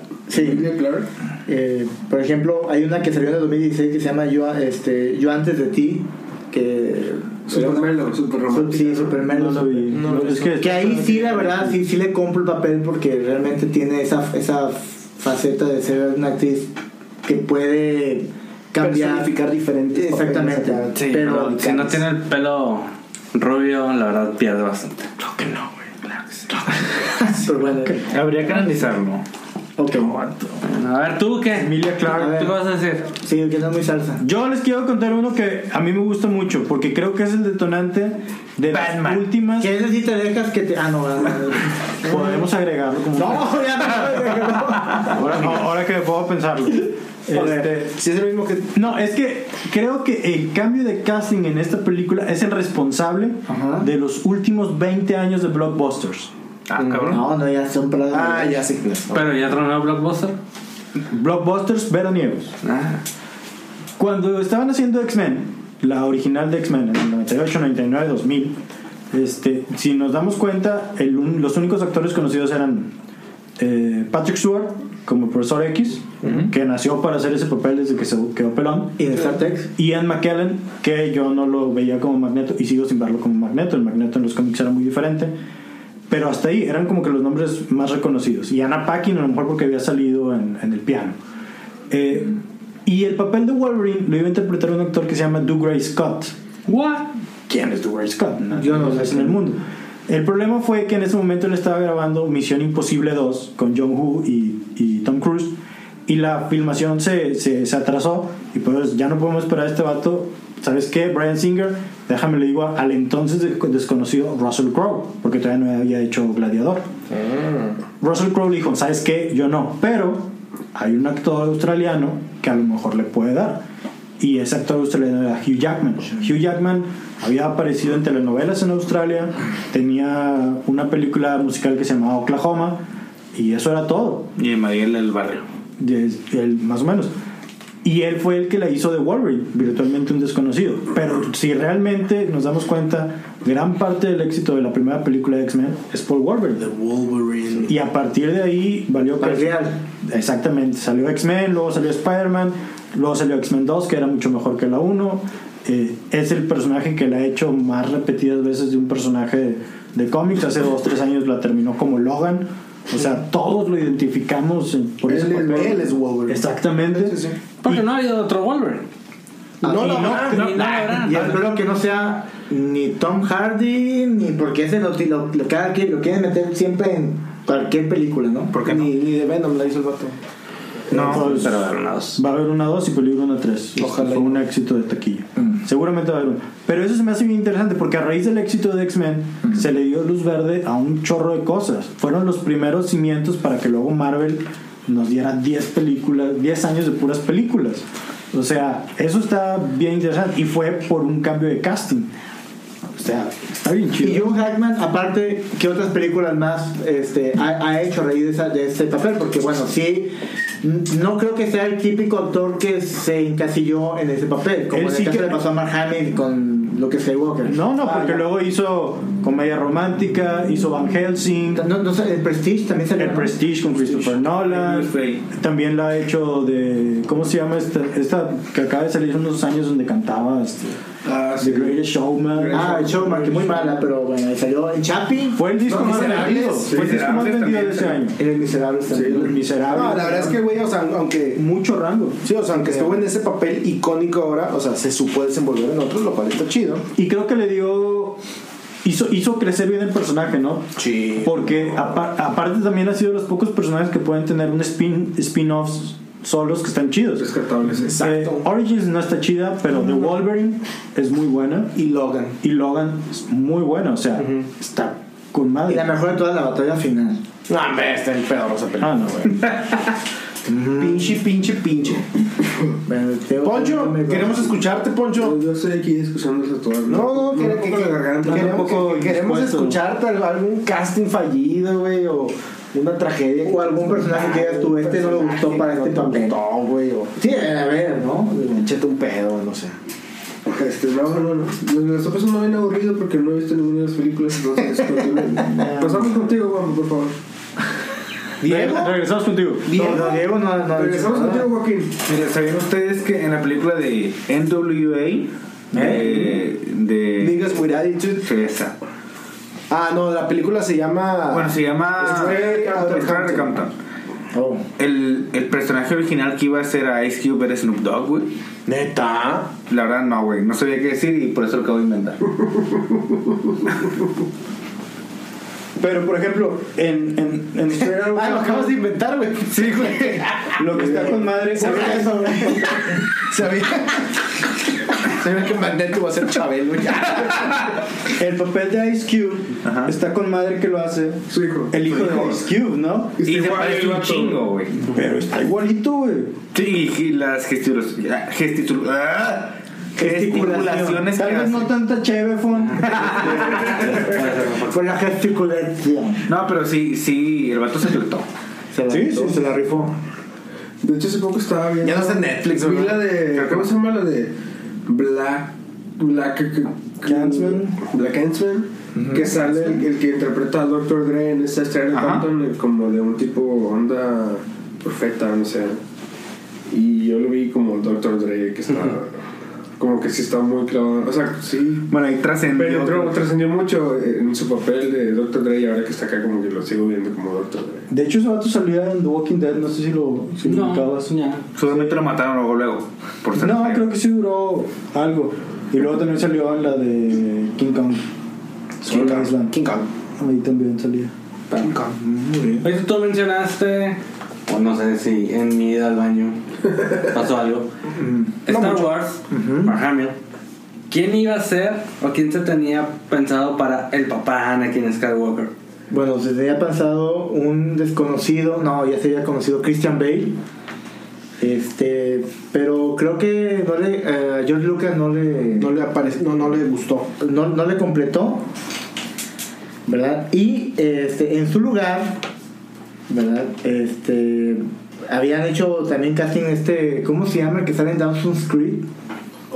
Speaker 6: Clarke.
Speaker 8: eh, por ejemplo, hay una que salió en el 2016 que se llama Yo, este, Yo antes de ti, que...
Speaker 6: Supermelo,
Speaker 8: Su-
Speaker 6: superromántico.
Speaker 8: Sí, Superman.
Speaker 1: No lo vi. No, es que,
Speaker 8: Que ahí sí, la verdad, sí, sí le compro el papel porque realmente tiene esa, esa faceta de ser una actriz que puede cambiar.
Speaker 2: Personificar diferentes papeles
Speaker 8: Exactamente.
Speaker 2: acá.
Speaker 4: Sí, pero,
Speaker 8: Pero
Speaker 4: si no
Speaker 8: radicales.
Speaker 4: tiene el pelo rubio, la verdad pierde bastante.
Speaker 8: Pero bueno,
Speaker 5: Habría que analizarlo.
Speaker 8: ok.
Speaker 4: A ver, ¿tú qué?
Speaker 1: Emilia Clarke.
Speaker 8: A ver.
Speaker 4: ¿Tú qué vas a decir?
Speaker 8: Sí, que no es muy salsa.
Speaker 1: Yo les quiero contar uno que a mí me gusta mucho porque creo que es el detonante de las últimas.
Speaker 8: Que ese sí te dejas que te. Ah, no, va, va, va.
Speaker 1: Podemos agregarlo como.
Speaker 8: No, ya no.
Speaker 1: Ahora, ahora que puedo pensarlo. Este,
Speaker 2: Si es el mismo que.
Speaker 1: no, es que creo que el cambio de casting en esta película es el responsable de los últimos 20 años de blockbusters.
Speaker 5: Ah, cabrón.
Speaker 8: No, no, ya son para.
Speaker 2: Ah, ya sí. no.
Speaker 4: Pero ya tronó Blockbuster.
Speaker 1: Blockbusters veraniegos. Cuando estaban haciendo X-Men, la original de X-Men, en el 98, 99, 2000, este, si nos damos cuenta, el un- los únicos actores conocidos eran eh, Patrick Stewart como Profesor X, que nació para hacer ese papel desde que se quedó pelón.
Speaker 8: ¿Y en Star Trek?
Speaker 1: Ian McKellen, que yo no lo veía como magneto y sigo sin verlo como magneto. El magneto en los cómics era muy diferente. Pero hasta ahí eran como que los nombres más reconocidos. Y Anna Paquin, a lo mejor porque había salido en, en el piano. Eh, y el papel de Wolverine lo iba a interpretar un actor que se llama Dougray Scott. ¿What? ¿Quién es Dougray Scott? No,
Speaker 8: Yo no
Speaker 1: lo
Speaker 8: sé
Speaker 1: sé en el mundo. El problema fue que en ese momento él estaba grabando Misión Imposible 2 con John Woo y, y Tom Cruise y la filmación se, se, se atrasó y pues ya no podemos esperar a este vato. ¿Sabes qué? Brian Singer, déjame le digo a- al entonces de- desconocido Russell Crowe, porque todavía no había hecho Gladiador.
Speaker 8: Ah.
Speaker 1: Russell Crowe le dijo, ¿sabes qué? Yo no, pero hay un actor australiano que a lo mejor le puede dar. Y ese actor australiano era Hugh Jackman. Hugh Jackman había aparecido en telenovelas en Australia, tenía una película musical que se llamaba Oklahoma, y eso era todo.
Speaker 5: Y Miguel del Barrio.
Speaker 1: De- él, más o menos. Y él fue el que la hizo de Wolverine, virtualmente un desconocido. Pero si realmente nos damos cuenta, gran parte del éxito de la primera película de X-Men es Paul Wolverine. Y a partir de ahí valió
Speaker 8: Al
Speaker 1: que-
Speaker 8: real.
Speaker 1: Exactamente, salió X-Men, luego salió Spider-Man, luego salió X-Men 2, que era mucho mejor que la 1. Eh, es el personaje que la ha hecho más repetidas veces de un personaje de, de cómics. Hace 2-3 años la terminó como Logan. O sea, todos lo identificamos eh, por ese
Speaker 2: Él es-
Speaker 1: papel.
Speaker 2: él es Wolverine.
Speaker 1: Exactamente.
Speaker 2: Sí, sí.
Speaker 4: Porque no ha habido otro Wolverine.
Speaker 8: Ah,
Speaker 2: No
Speaker 8: y
Speaker 2: lo
Speaker 4: no,
Speaker 8: y
Speaker 4: no, no,
Speaker 8: Y
Speaker 4: no.
Speaker 8: espero que no sea ni Tom Hardy, ni porque ese lo, lo, lo- cada quien lo quieren meter siempre en cualquier película, ¿no?
Speaker 5: ¿Por qué no?
Speaker 2: Ni, ni de Venom la hizo el vato.
Speaker 5: No.
Speaker 1: Entonces,
Speaker 4: Pues, Pero bueno, dos.
Speaker 1: Va a haber una 2 y peligro una 3.
Speaker 2: pues, Ojalá Mm.
Speaker 1: Fue
Speaker 2: y
Speaker 1: un éxito de taquilla. Seguramente va a haber una. Pero eso se me hace bien interesante porque a raíz del éxito de X-Men
Speaker 2: Mm.
Speaker 1: se le dio luz verde a un chorro de cosas. Fueron los primeros cimientos para que luego Marvel nos diera 10 películas, 10 años de puras películas. O sea, eso está bien interesante y fue por un cambio de casting. O sea, está bien chido.
Speaker 8: Y Hugh Hackman, aparte, ¿qué otras películas más este, ha, ha hecho a raíz de, esa- de este papel? Porque, bueno, sí, n- no creo que sea el típico actor que se encasilló en ese papel, como
Speaker 1: Él
Speaker 8: en
Speaker 1: sí
Speaker 8: el caso
Speaker 1: que-
Speaker 8: le pasó a Mark Hamill con lo que es Skywalker.
Speaker 1: No, no, porque
Speaker 8: Ah, ya.
Speaker 1: luego hizo comedia romántica, hizo Van Helsing.
Speaker 8: No, no sé, el Prestige también salió.
Speaker 1: El
Speaker 8: ¿no?
Speaker 1: Prestige con Christopher Nolan. También la ha hecho de. ¿Cómo se llama esta? esta que acaba de salir hace unos años donde cantaba este,
Speaker 2: Ah,
Speaker 1: The Greatest Showman.
Speaker 8: Ah, el Showman, que muy mala, pero bueno, ahí salió en Chappie.
Speaker 1: Fue el disco
Speaker 8: No,
Speaker 1: más
Speaker 8: Miserables.
Speaker 1: vendido. Fue el disco más
Speaker 5: Miserables
Speaker 1: vendido de
Speaker 5: también.
Speaker 1: ese año.
Speaker 8: En el Miserables también.
Speaker 1: El miserable.
Speaker 2: No, la verdad es que, güey, o sea, aunque.
Speaker 1: Mucho rango.
Speaker 2: Sí, o sea, aunque estuvo en ese papel icónico ahora, o sea, se supo desenvolver en otros, lo cual está chido.
Speaker 1: Y creo que le dio. Hizo, hizo crecer bien el personaje, ¿no?
Speaker 2: Sí.
Speaker 1: Porque apa- aparte también ha sido de los pocos personajes que pueden tener un spin, spin-offs solos que están chidos.
Speaker 5: Rescatables. es-
Speaker 1: Eh, Origins no está chida, pero The Wolverine es muy buena.
Speaker 2: Y Logan.
Speaker 1: Y Logan es muy buena, o sea, está con
Speaker 8: Y
Speaker 1: madre.
Speaker 8: la mejor de todas, la batalla final.
Speaker 2: No, hombre, está en pedo, esa película.
Speaker 1: Ah, no, güey.
Speaker 2: [LAUGHS] Pinche, pinche, pinche.
Speaker 8: Bueno, tengo-
Speaker 2: Poncho, queremos escucharte, Poncho.
Speaker 6: Yo estoy aquí discusándose todo.
Speaker 2: No, no, que- que-
Speaker 6: la garganta.
Speaker 2: queremos,
Speaker 1: poco
Speaker 2: que- queremos
Speaker 1: dispuesto.
Speaker 2: escucharte algún casting fallido, güey, o una tragedia.
Speaker 8: O algún personaje que digas tú, este no me gustó para
Speaker 2: No
Speaker 8: este
Speaker 2: te
Speaker 8: papel.
Speaker 2: gustó, güey, o
Speaker 8: Sí, a ver, ¿no?
Speaker 2: échate un pedo, no sé.
Speaker 6: Este, no, no, no. Los topes no ven aburrido porque no he visto ninguna de las películas. Entonces, continúen.
Speaker 1: [LAUGHS]
Speaker 6: pasamos "Pues contigo, Juan, por favor.
Speaker 2: Diego,
Speaker 1: Re- Regresamos contigo.
Speaker 8: No, no, Diego no, no.
Speaker 6: Regresamos
Speaker 8: no,
Speaker 6: contigo, Joaquín.
Speaker 5: Mira, ¿sabían ustedes que en la película de NWA de, eh, de
Speaker 2: digas muy attitude.
Speaker 5: sí, esa.
Speaker 2: Ah, no, la película se llama.
Speaker 5: Bueno, se llama
Speaker 2: Straight Outta
Speaker 5: Straight Outta
Speaker 2: Compton. Oh,
Speaker 5: Compton. El, el personaje original que iba a ser a Ice Cube era Snoop Dogg, güey.
Speaker 2: Neta. Ah,
Speaker 5: La verdad, no, güey. No sabía qué decir y por eso lo acabo de inventar.
Speaker 1: Pero, por ejemplo, en, en, en Straight Outta
Speaker 2: Ah, lo
Speaker 1: Compton,
Speaker 2: acabas de inventar, güey. Sí, güey.
Speaker 1: lo que está con madre...
Speaker 2: [LAUGHS] Sabía. Sabía que Magneto va a ser Chabel, güey.
Speaker 1: El papel de Ice Cube está con madre que lo hace
Speaker 6: Su hijo.
Speaker 1: el hijo
Speaker 5: Su
Speaker 1: de
Speaker 5: hijo.
Speaker 1: Ice Cube, ¿no?
Speaker 5: Y se
Speaker 6: Igual,
Speaker 5: parece un
Speaker 6: vato.
Speaker 5: chingo, güey.
Speaker 1: Pero está igualito, güey.
Speaker 5: Sí, y las gesturas. Gestitul. ah, Gesticulaciones. que
Speaker 1: Tal vez
Speaker 5: hace.
Speaker 1: no tanta cheve, Fon.
Speaker 8: Con la gesticulación.
Speaker 5: No, pero sí, sí, el vato se flotó.
Speaker 1: Sí, sí, se la rifó.
Speaker 6: De hecho, hace poco estaba viendo.
Speaker 2: Ya no está en Netflix,
Speaker 6: Vi
Speaker 2: ¿verdad?
Speaker 6: la de. ¿Cómo se llama la de Black. Black.
Speaker 1: Clansman.
Speaker 6: Black Clansman, Que sale el, el que interpreta al Dr. Dre en esta estrella de Compton, eh, como de un tipo onda profeta, no sé. Y yo lo vi como el Dr. Dre que está. como que sí está muy clavado. O sea, sí.
Speaker 5: Bueno, y
Speaker 6: Pero
Speaker 5: trascendió.
Speaker 6: entró- trascendió mucho eh, en su papel de Dr. Dre y ahora que está acá, como que lo sigo viendo como Dr. Dre.
Speaker 1: De hecho, ese vato salía en The Walking Dead, no sé si lo si lo
Speaker 4: No,
Speaker 1: ubicabas.
Speaker 4: ya.
Speaker 5: Solamente lo mataron luego, luego. Por ser
Speaker 1: No,
Speaker 5: negro.
Speaker 1: creo que sí duró algo. Y luego también salió en la de King Kong. Skull Island.
Speaker 2: King Kong.
Speaker 1: Ahí también salía.
Speaker 4: Oye, tú mencionaste, o no sé si en mi ida al [LAUGHS] baño pasó algo. Star Wars, para Hamill. ¿Quién iba a ser o quién se tenía pensado para el papá Anakin Skywalker?
Speaker 8: Bueno, se tenía pensado un desconocido, no, ya se había conocido Christian Bale. Este, pero creo que no le, eh, George Lucas no le,
Speaker 2: No le aparece, no, no le gustó.
Speaker 8: no, no le completó, ¿verdad? Y este, en su lugar, ¿verdad? Este, habían hecho también casting este, ¿cómo se llama? El que sale en Dawson's Creek.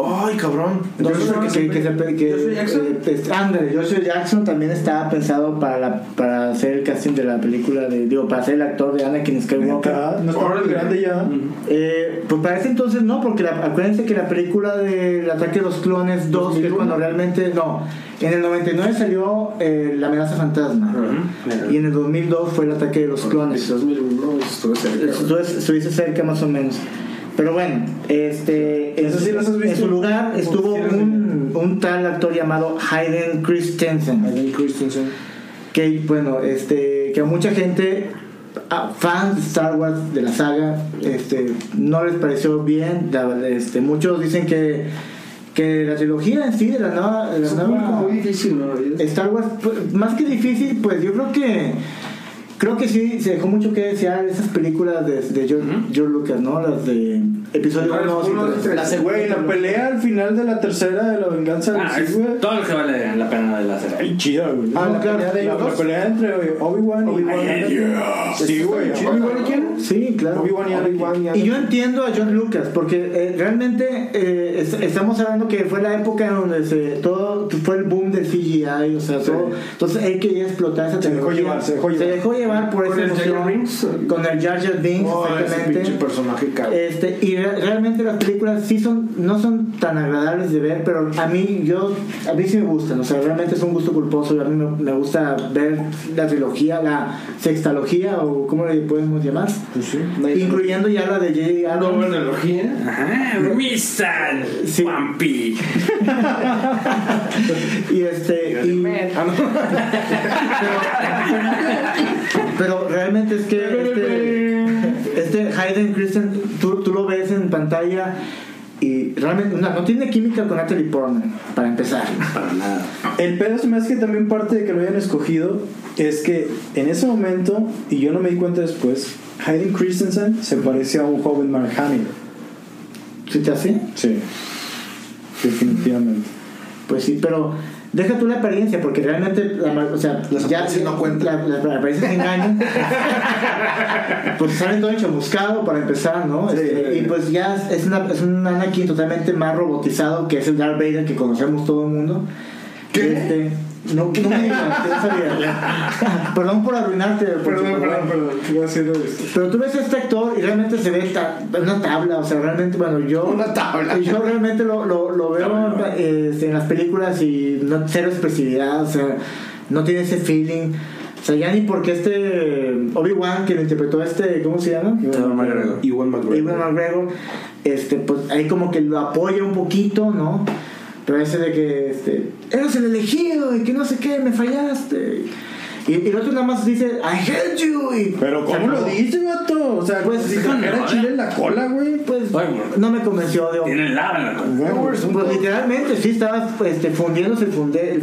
Speaker 2: Ay, cabrón.
Speaker 8: No,
Speaker 2: Entonces,
Speaker 8: no, que- que se- que-
Speaker 2: Joshua Jackson.
Speaker 8: eh, pues, ándale, Joshua Jackson también estaba pensado para, la- para hacer el casting de la película de. Digo, para ser el actor de Anakin Skywalker.
Speaker 1: Acá, no estaba muy grande ya.
Speaker 8: Eh, pues para ese entonces no, porque la- acuérdense que la película del ataque de los clones 2, que es cuando realmente. No, en el 99 salió eh, La amenaza fantasma. Y en el 2002 fue el ataque de los clones.
Speaker 6: Quizás mi alumno estuvo cerca.
Speaker 8: Entonces estuviste cerca más o menos. Pero bueno, este, en,
Speaker 1: ¿Eso sí los has visto?
Speaker 8: en su lugar estuvo un, un tal actor llamado Hayden Christensen,
Speaker 2: Hayden Christensen.
Speaker 8: que bueno, este, que a mucha gente, a fans de Star Wars de la saga, este, no les pareció bien. la- Este, muchos dicen que, que la trilogía en sí de la nueva, de la
Speaker 6: Es un
Speaker 8: nueva-
Speaker 6: público muy difícil, ¿no? Es-
Speaker 8: Star Wars, pues, más que difícil, pues yo creo que creo que sí se dejó mucho que desear esas películas de, de George, George Lucas, ¿no? Las de episodio
Speaker 6: Uno,
Speaker 8: 1, 2
Speaker 6: uno,
Speaker 8: y 3.
Speaker 6: tres.
Speaker 8: La segunda.
Speaker 1: Güey, la pelea al final de la tercera de la venganza
Speaker 4: Ah,
Speaker 1: del
Speaker 4: es
Speaker 1: Sith, güey.
Speaker 4: todo lo que vale la pena de la serie.
Speaker 1: Ay, chida, güey.
Speaker 8: Ah,
Speaker 1: No,
Speaker 8: claro,
Speaker 1: la,
Speaker 8: la-
Speaker 1: la pelea entre eh, Obi-Wan y Sí, güey.
Speaker 2: ¿Obi-Wan y quién?
Speaker 8: Sí, claro.
Speaker 1: Obi-Wan y Anakin.
Speaker 2: Obi-Wan
Speaker 8: Y yo entiendo a George Lucas, porque eh, realmente eh, es- estamos hablando que fue la época en donde se, todo fue el boom del CGI, o sea, todo. Entonces él quería explotar esa
Speaker 1: Se dejó
Speaker 8: tecnología.
Speaker 1: llevar, se dejó llevar.
Speaker 8: llevar por
Speaker 6: Con
Speaker 8: esa
Speaker 6: el Jar Jar
Speaker 8: emoción.
Speaker 6: Binks.
Speaker 8: Con el Jar Jar Binks,
Speaker 2: Oh, ese
Speaker 8: exactamente.
Speaker 2: pinche personaje cabrón.
Speaker 8: Este, y re- realmente las películas sí son, no son tan agradables de ver, pero a mí, yo, a mí sí me gustan, o sea, realmente es un gusto culposo, y a mí me, me gusta ver la trilogía, la sextalogía, o como le podemos llamar,
Speaker 2: Pues sí.
Speaker 8: incluyendo ya la de J.J. Abrams.
Speaker 4: Ajá, Rizal,
Speaker 8: Sí.
Speaker 4: Wampi.
Speaker 8: y este, y- [LAUGHS] pero, pero realmente es que este, este Hayden Christensen, tú, tú lo ves en pantalla y realmente no, no tiene química con Natalie Portman, para empezar.
Speaker 4: Para nada.
Speaker 1: El pedo se me hace que también parte de que lo hayan escogido es que en ese momento, y yo no me di cuenta después, Hayden Christensen se parece a un joven Mark Hamill.
Speaker 8: ¿Se te hace?
Speaker 1: Sí. Definitivamente.
Speaker 8: Pues sí, pero deja tú la apariencia, porque realmente, la ma- o sea,
Speaker 2: Las apariencias no cuentan.
Speaker 8: La, la apariencia te engaña.
Speaker 2: [LAUGHS]
Speaker 8: porque salen todo chamuscado para empezar, ¿no? Este, y pues ya es- es, una, es un Anakin totalmente más robotizado que es el Darth Vader que conocemos todo el mundo. ¿Qué? no, no me digas, que
Speaker 2: [LAUGHS]
Speaker 8: no sabía. perdón por arruinarte. Poncho,
Speaker 6: Perdón,
Speaker 8: pero
Speaker 6: perdón,
Speaker 8: bueno.
Speaker 6: perdón. Iba haciendo esto.
Speaker 8: Pero tú ves a este actor y realmente se ve ta- una tabla, o sea, realmente, bueno, yo.
Speaker 2: [LAUGHS] Una tabla.
Speaker 8: Yo realmente lo, lo, lo veo este, eh, en las películas y no, cero expresividad, o sea, no tiene ese feeling. O sea, ya ni porque este Obi-Wan, que lo interpretó a este, ¿cómo se llama?
Speaker 4: Ewan McGregor.
Speaker 2: Ewan McGregor.
Speaker 8: Ewan McGregor, este, pues ahí como que lo apoya un poquito, ¿no? Pero ese de que, este, eres el elegido y que no sé qué, me fallaste. Y, y el otro nada más dice, I hate you. y
Speaker 2: Pero
Speaker 8: se
Speaker 2: ¿cómo lo
Speaker 8: acabó.
Speaker 2: dices, vato? O sea, pues, si
Speaker 4: sí,
Speaker 2: trajera
Speaker 4: no,
Speaker 2: chile en la cola, güey.
Speaker 8: Pues
Speaker 4: Ay, güey.
Speaker 8: no me convenció de
Speaker 4: Tiene lava en la cola.
Speaker 2: Huevos, un
Speaker 8: Pues literalmente, sí, estaba pues, este, fundiéndose el, funde, el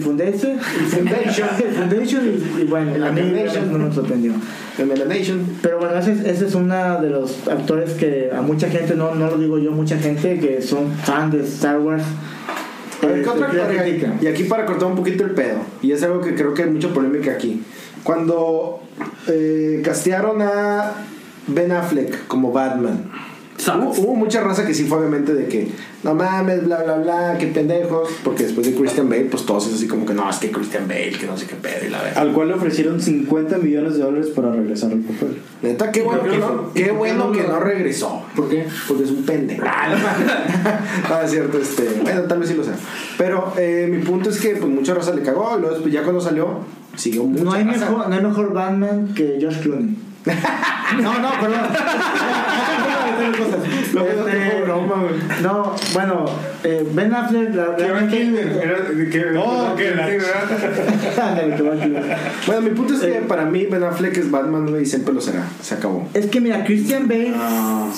Speaker 2: [LAUGHS]
Speaker 8: fundese. El foundation. el foundation y, y bueno, a mí
Speaker 2: foundation.
Speaker 8: no me sorprendió.
Speaker 2: Nation.
Speaker 8: Pero bueno, ese, es- ese es uno de los actores que a mucha gente, no, no lo digo yo, mucha gente que son fan de Star Wars.
Speaker 2: A ver, ¿qué
Speaker 8: eh,
Speaker 2: otra
Speaker 8: que
Speaker 2: cosa?
Speaker 8: critica.
Speaker 2: Y aquí para cortar un poquito el pedo. Y es algo que creo que hay mucha polémica aquí. Cuando eh, castearon a Ben Affleck como Batman. Hubo,
Speaker 4: Sucks.
Speaker 2: hubo mucha raza que sí fue obviamente de que no mames, bla bla bla, qué pendejos. Porque después de Christian Bale, pues todos es así como que no, es que Christian Bale, que no sé qué pedo y la verdad.
Speaker 1: Al cual le ofrecieron 50 millones de dólares para regresar al papel.
Speaker 2: Neta, qué bueno,
Speaker 5: ¿Por qué
Speaker 2: que
Speaker 5: no?
Speaker 2: no, qué
Speaker 5: ¿Por qué
Speaker 2: bueno
Speaker 5: no
Speaker 2: que
Speaker 5: lo- Ah,
Speaker 2: no regresó.
Speaker 5: ¿Por qué?
Speaker 2: Porque es un pendejo. [LAUGHS] no, es cierto, este. Bueno, tal vez sí lo sea. Pero eh, mi punto es que pues mucha raza le cagó. Y luego después ya cuando salió, siguió mucha
Speaker 8: No hay,
Speaker 2: raza.
Speaker 8: mejor, no hay mejor Batman que Josh
Speaker 2: [LAUGHS]
Speaker 8: Clooney. no, no, perdón.
Speaker 2: Lo peor que
Speaker 8: Este,
Speaker 2: fue broma, güey.
Speaker 8: No, bueno, eh, Ben Affleck, la verdad
Speaker 5: No, que
Speaker 8: [LAUGHS] Ándale, que va a tirar.
Speaker 2: Bueno, mi punto es que para mí Ben Affleck es Batman, güey, y siempre lo será. Se acabó.
Speaker 8: Es que mira, Christian Bale,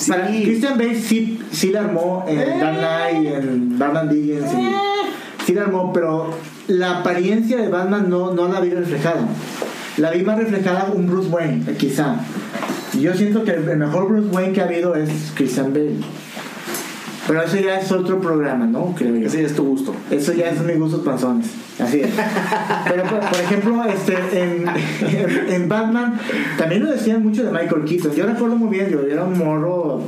Speaker 8: para-
Speaker 2: sí.
Speaker 8: Christian Bale sí, sí la armó en Dark Knight, en Batman Begins, y- sí la armó, pero la apariencia de Batman no, no la vi reflejada. La vi más reflejada un Bruce Wayne, eh, quizá. Y Yo siento que el mejor Bruce Wayne que ha habido es Christian Bale. Pero eso ya es otro programa, ¿no? Creo yo.
Speaker 2: Ese es tu gusto.
Speaker 8: Eso ya es mis gustos panzones. Así es.
Speaker 2: [LAUGHS]
Speaker 8: Pero, por, por ejemplo, este, en, en, en Batman también lo decían mucho de Michael Keaton. Yo recuerdo muy bien, yo era un morro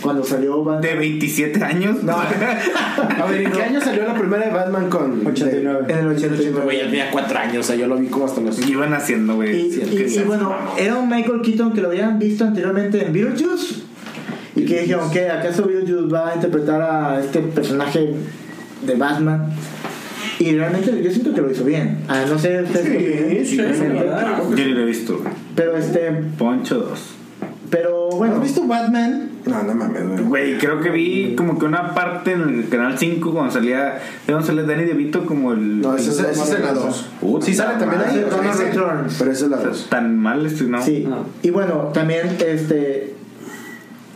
Speaker 8: cuando salió Batman.
Speaker 5: De 27 años.
Speaker 2: [LAUGHS]
Speaker 8: No,
Speaker 2: A ver, ¿en qué año salió la primera de Batman con
Speaker 1: 89.
Speaker 8: en el 89.
Speaker 2: Güey, ya tenía cuatro años, o sea, yo lo vi como hasta los.
Speaker 5: ¿Qué iban haciendo,
Speaker 8: Y,
Speaker 5: güey?
Speaker 8: y- y bueno, era un Michael Keaton que lo habían visto anteriormente en Beetlejuice. Y que dijeron, ¿qué? ¿Acaso Beetlejuice va a interpretar a este personaje de Batman? Y realmente yo siento que lo hizo bien. Ah, no sé ustedes qué opinan.
Speaker 4: sí, ¿verdad?
Speaker 5: Yo ni lo he visto, güey.
Speaker 8: Pero este,
Speaker 5: Poncho 2.
Speaker 8: pero bueno.
Speaker 2: ¿Has visto Batman? No, no mames, güey.
Speaker 5: Güey, creo que vi como que una parte en el canal 5 cuando salía. ¿De dónde salía Danny DeVito como el.
Speaker 2: No, esa es, esa es en la 2. Ah, Sí sale también
Speaker 6: Ah,
Speaker 2: ahí.
Speaker 8: Ese Batman
Speaker 2: ese-
Speaker 8: Returns.
Speaker 2: Pero esa es la
Speaker 5: O
Speaker 2: 2.
Speaker 5: sea, tan mal esto, ¿no?
Speaker 8: Sí.
Speaker 4: No.
Speaker 8: Y bueno, también este.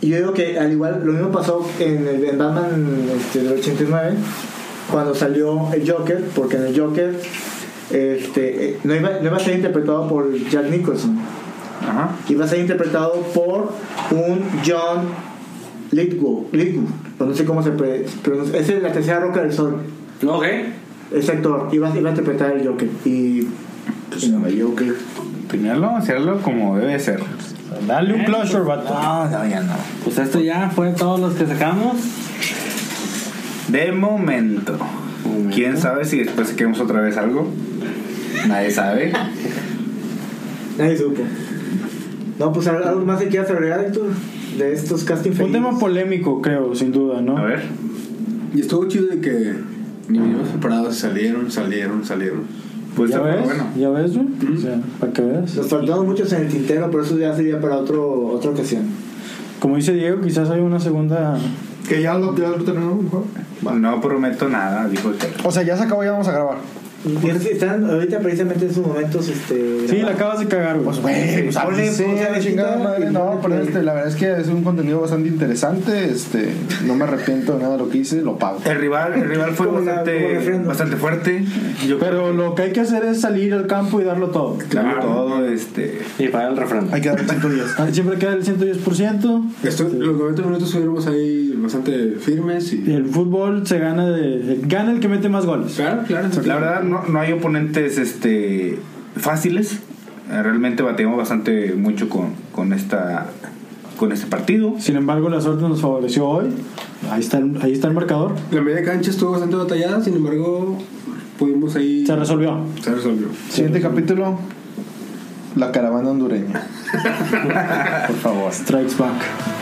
Speaker 8: Yo digo que al igual, lo mismo pasó en, el, en Batman este, del 89, cuando salió el Joker, porque en el Joker este, eh, no, iba, no iba a ser interpretado por Jack Nicholson,
Speaker 5: Ajá.
Speaker 8: iba a ser interpretado por un John Lithgow, Lithgow no sé cómo se pre- pronuncia, es el- la tercera roca del sol,
Speaker 4: Ok.
Speaker 8: ese actor, iba, iba a interpretar el Joker. Y
Speaker 2: Pues Se llama Joker.
Speaker 5: Primero, hacerlo como debe de ser.
Speaker 1: Dale
Speaker 5: Eh,
Speaker 1: un closure, vato.
Speaker 5: No, no, ya no.
Speaker 4: Pues esto ya fue todos los que sacamos.
Speaker 5: De momento. ¿Quién sabe si después saquemos otra vez algo? Nadie sabe.
Speaker 8: Nadie supo. No, pues algo algo más que quieras agregar, Héctor, de estos casting
Speaker 1: Un
Speaker 8: felices.
Speaker 1: tema polémico, creo, sin duda,
Speaker 5: A
Speaker 1: ¿no?
Speaker 5: ver.
Speaker 3: Y estuvo chido de que ni veníamos preparados, salieron, salieron, salieron.
Speaker 5: Pues
Speaker 1: ¿Ya
Speaker 5: está
Speaker 1: ves?
Speaker 5: bueno.
Speaker 1: ¿Ya ves, güey? O sea, para que veas.
Speaker 8: Nos faltaron muchos en el tintero, pero eso ya sería para otro, otra ocasión.
Speaker 1: Como dice Diego, quizás hay una segunda...
Speaker 3: Que ya lo, ya lo tenemos, mejor.
Speaker 5: No prometo nada, dijo el Tec.
Speaker 2: O sea, ya se acabó, ya vamos a grabar.
Speaker 8: Y es que Están ahorita precisamente en sus momentos, este...
Speaker 1: Sí, la
Speaker 8: grabados.
Speaker 1: acabas de cagar, güey.
Speaker 2: Güey, pues
Speaker 8: Ponle-
Speaker 2: avísense,
Speaker 8: ponle
Speaker 2: la chingada
Speaker 8: vestida
Speaker 2: madre.
Speaker 8: y
Speaker 2: No,
Speaker 8: ponle
Speaker 2: pero
Speaker 8: play.
Speaker 2: este, la verdad es que es un contenido bastante interesante. Este, no me arrepiento de nada de lo que hice, lo pago.
Speaker 5: El rival, el rival fue
Speaker 8: Como la- como
Speaker 5: bastante,
Speaker 8: refrendo.
Speaker 5: bastante fuerte. Yo
Speaker 1: Pero lo que hay que hacer es salir al campo y darlo todo.
Speaker 5: claro, todo este.
Speaker 4: Y para el refrán.
Speaker 2: Hay que darle 110.
Speaker 1: Ah, Siempre queda el 110%.
Speaker 3: Esto- Los 90 minutos estuvimos ahí bastante firmes y.
Speaker 1: El fútbol se gana de... Gana el que mete más goles.
Speaker 3: Claro, claro.
Speaker 5: Pues, La verdad, no, no hay oponentes este, fáciles. Eh, Realmente bateamos bastante mucho con, con, esta, con este partido.
Speaker 1: Sin embargo, la suerte nos favoreció hoy. Ahí está el, ahí está el marcador.
Speaker 3: La media cancha estuvo bastante batallada, sin embargo, pudimos ahí.
Speaker 1: Se resolvió.
Speaker 3: Se resolvió.
Speaker 2: Siguiente capítulo: La caravana hondureña. Por favor.
Speaker 1: Strikes back.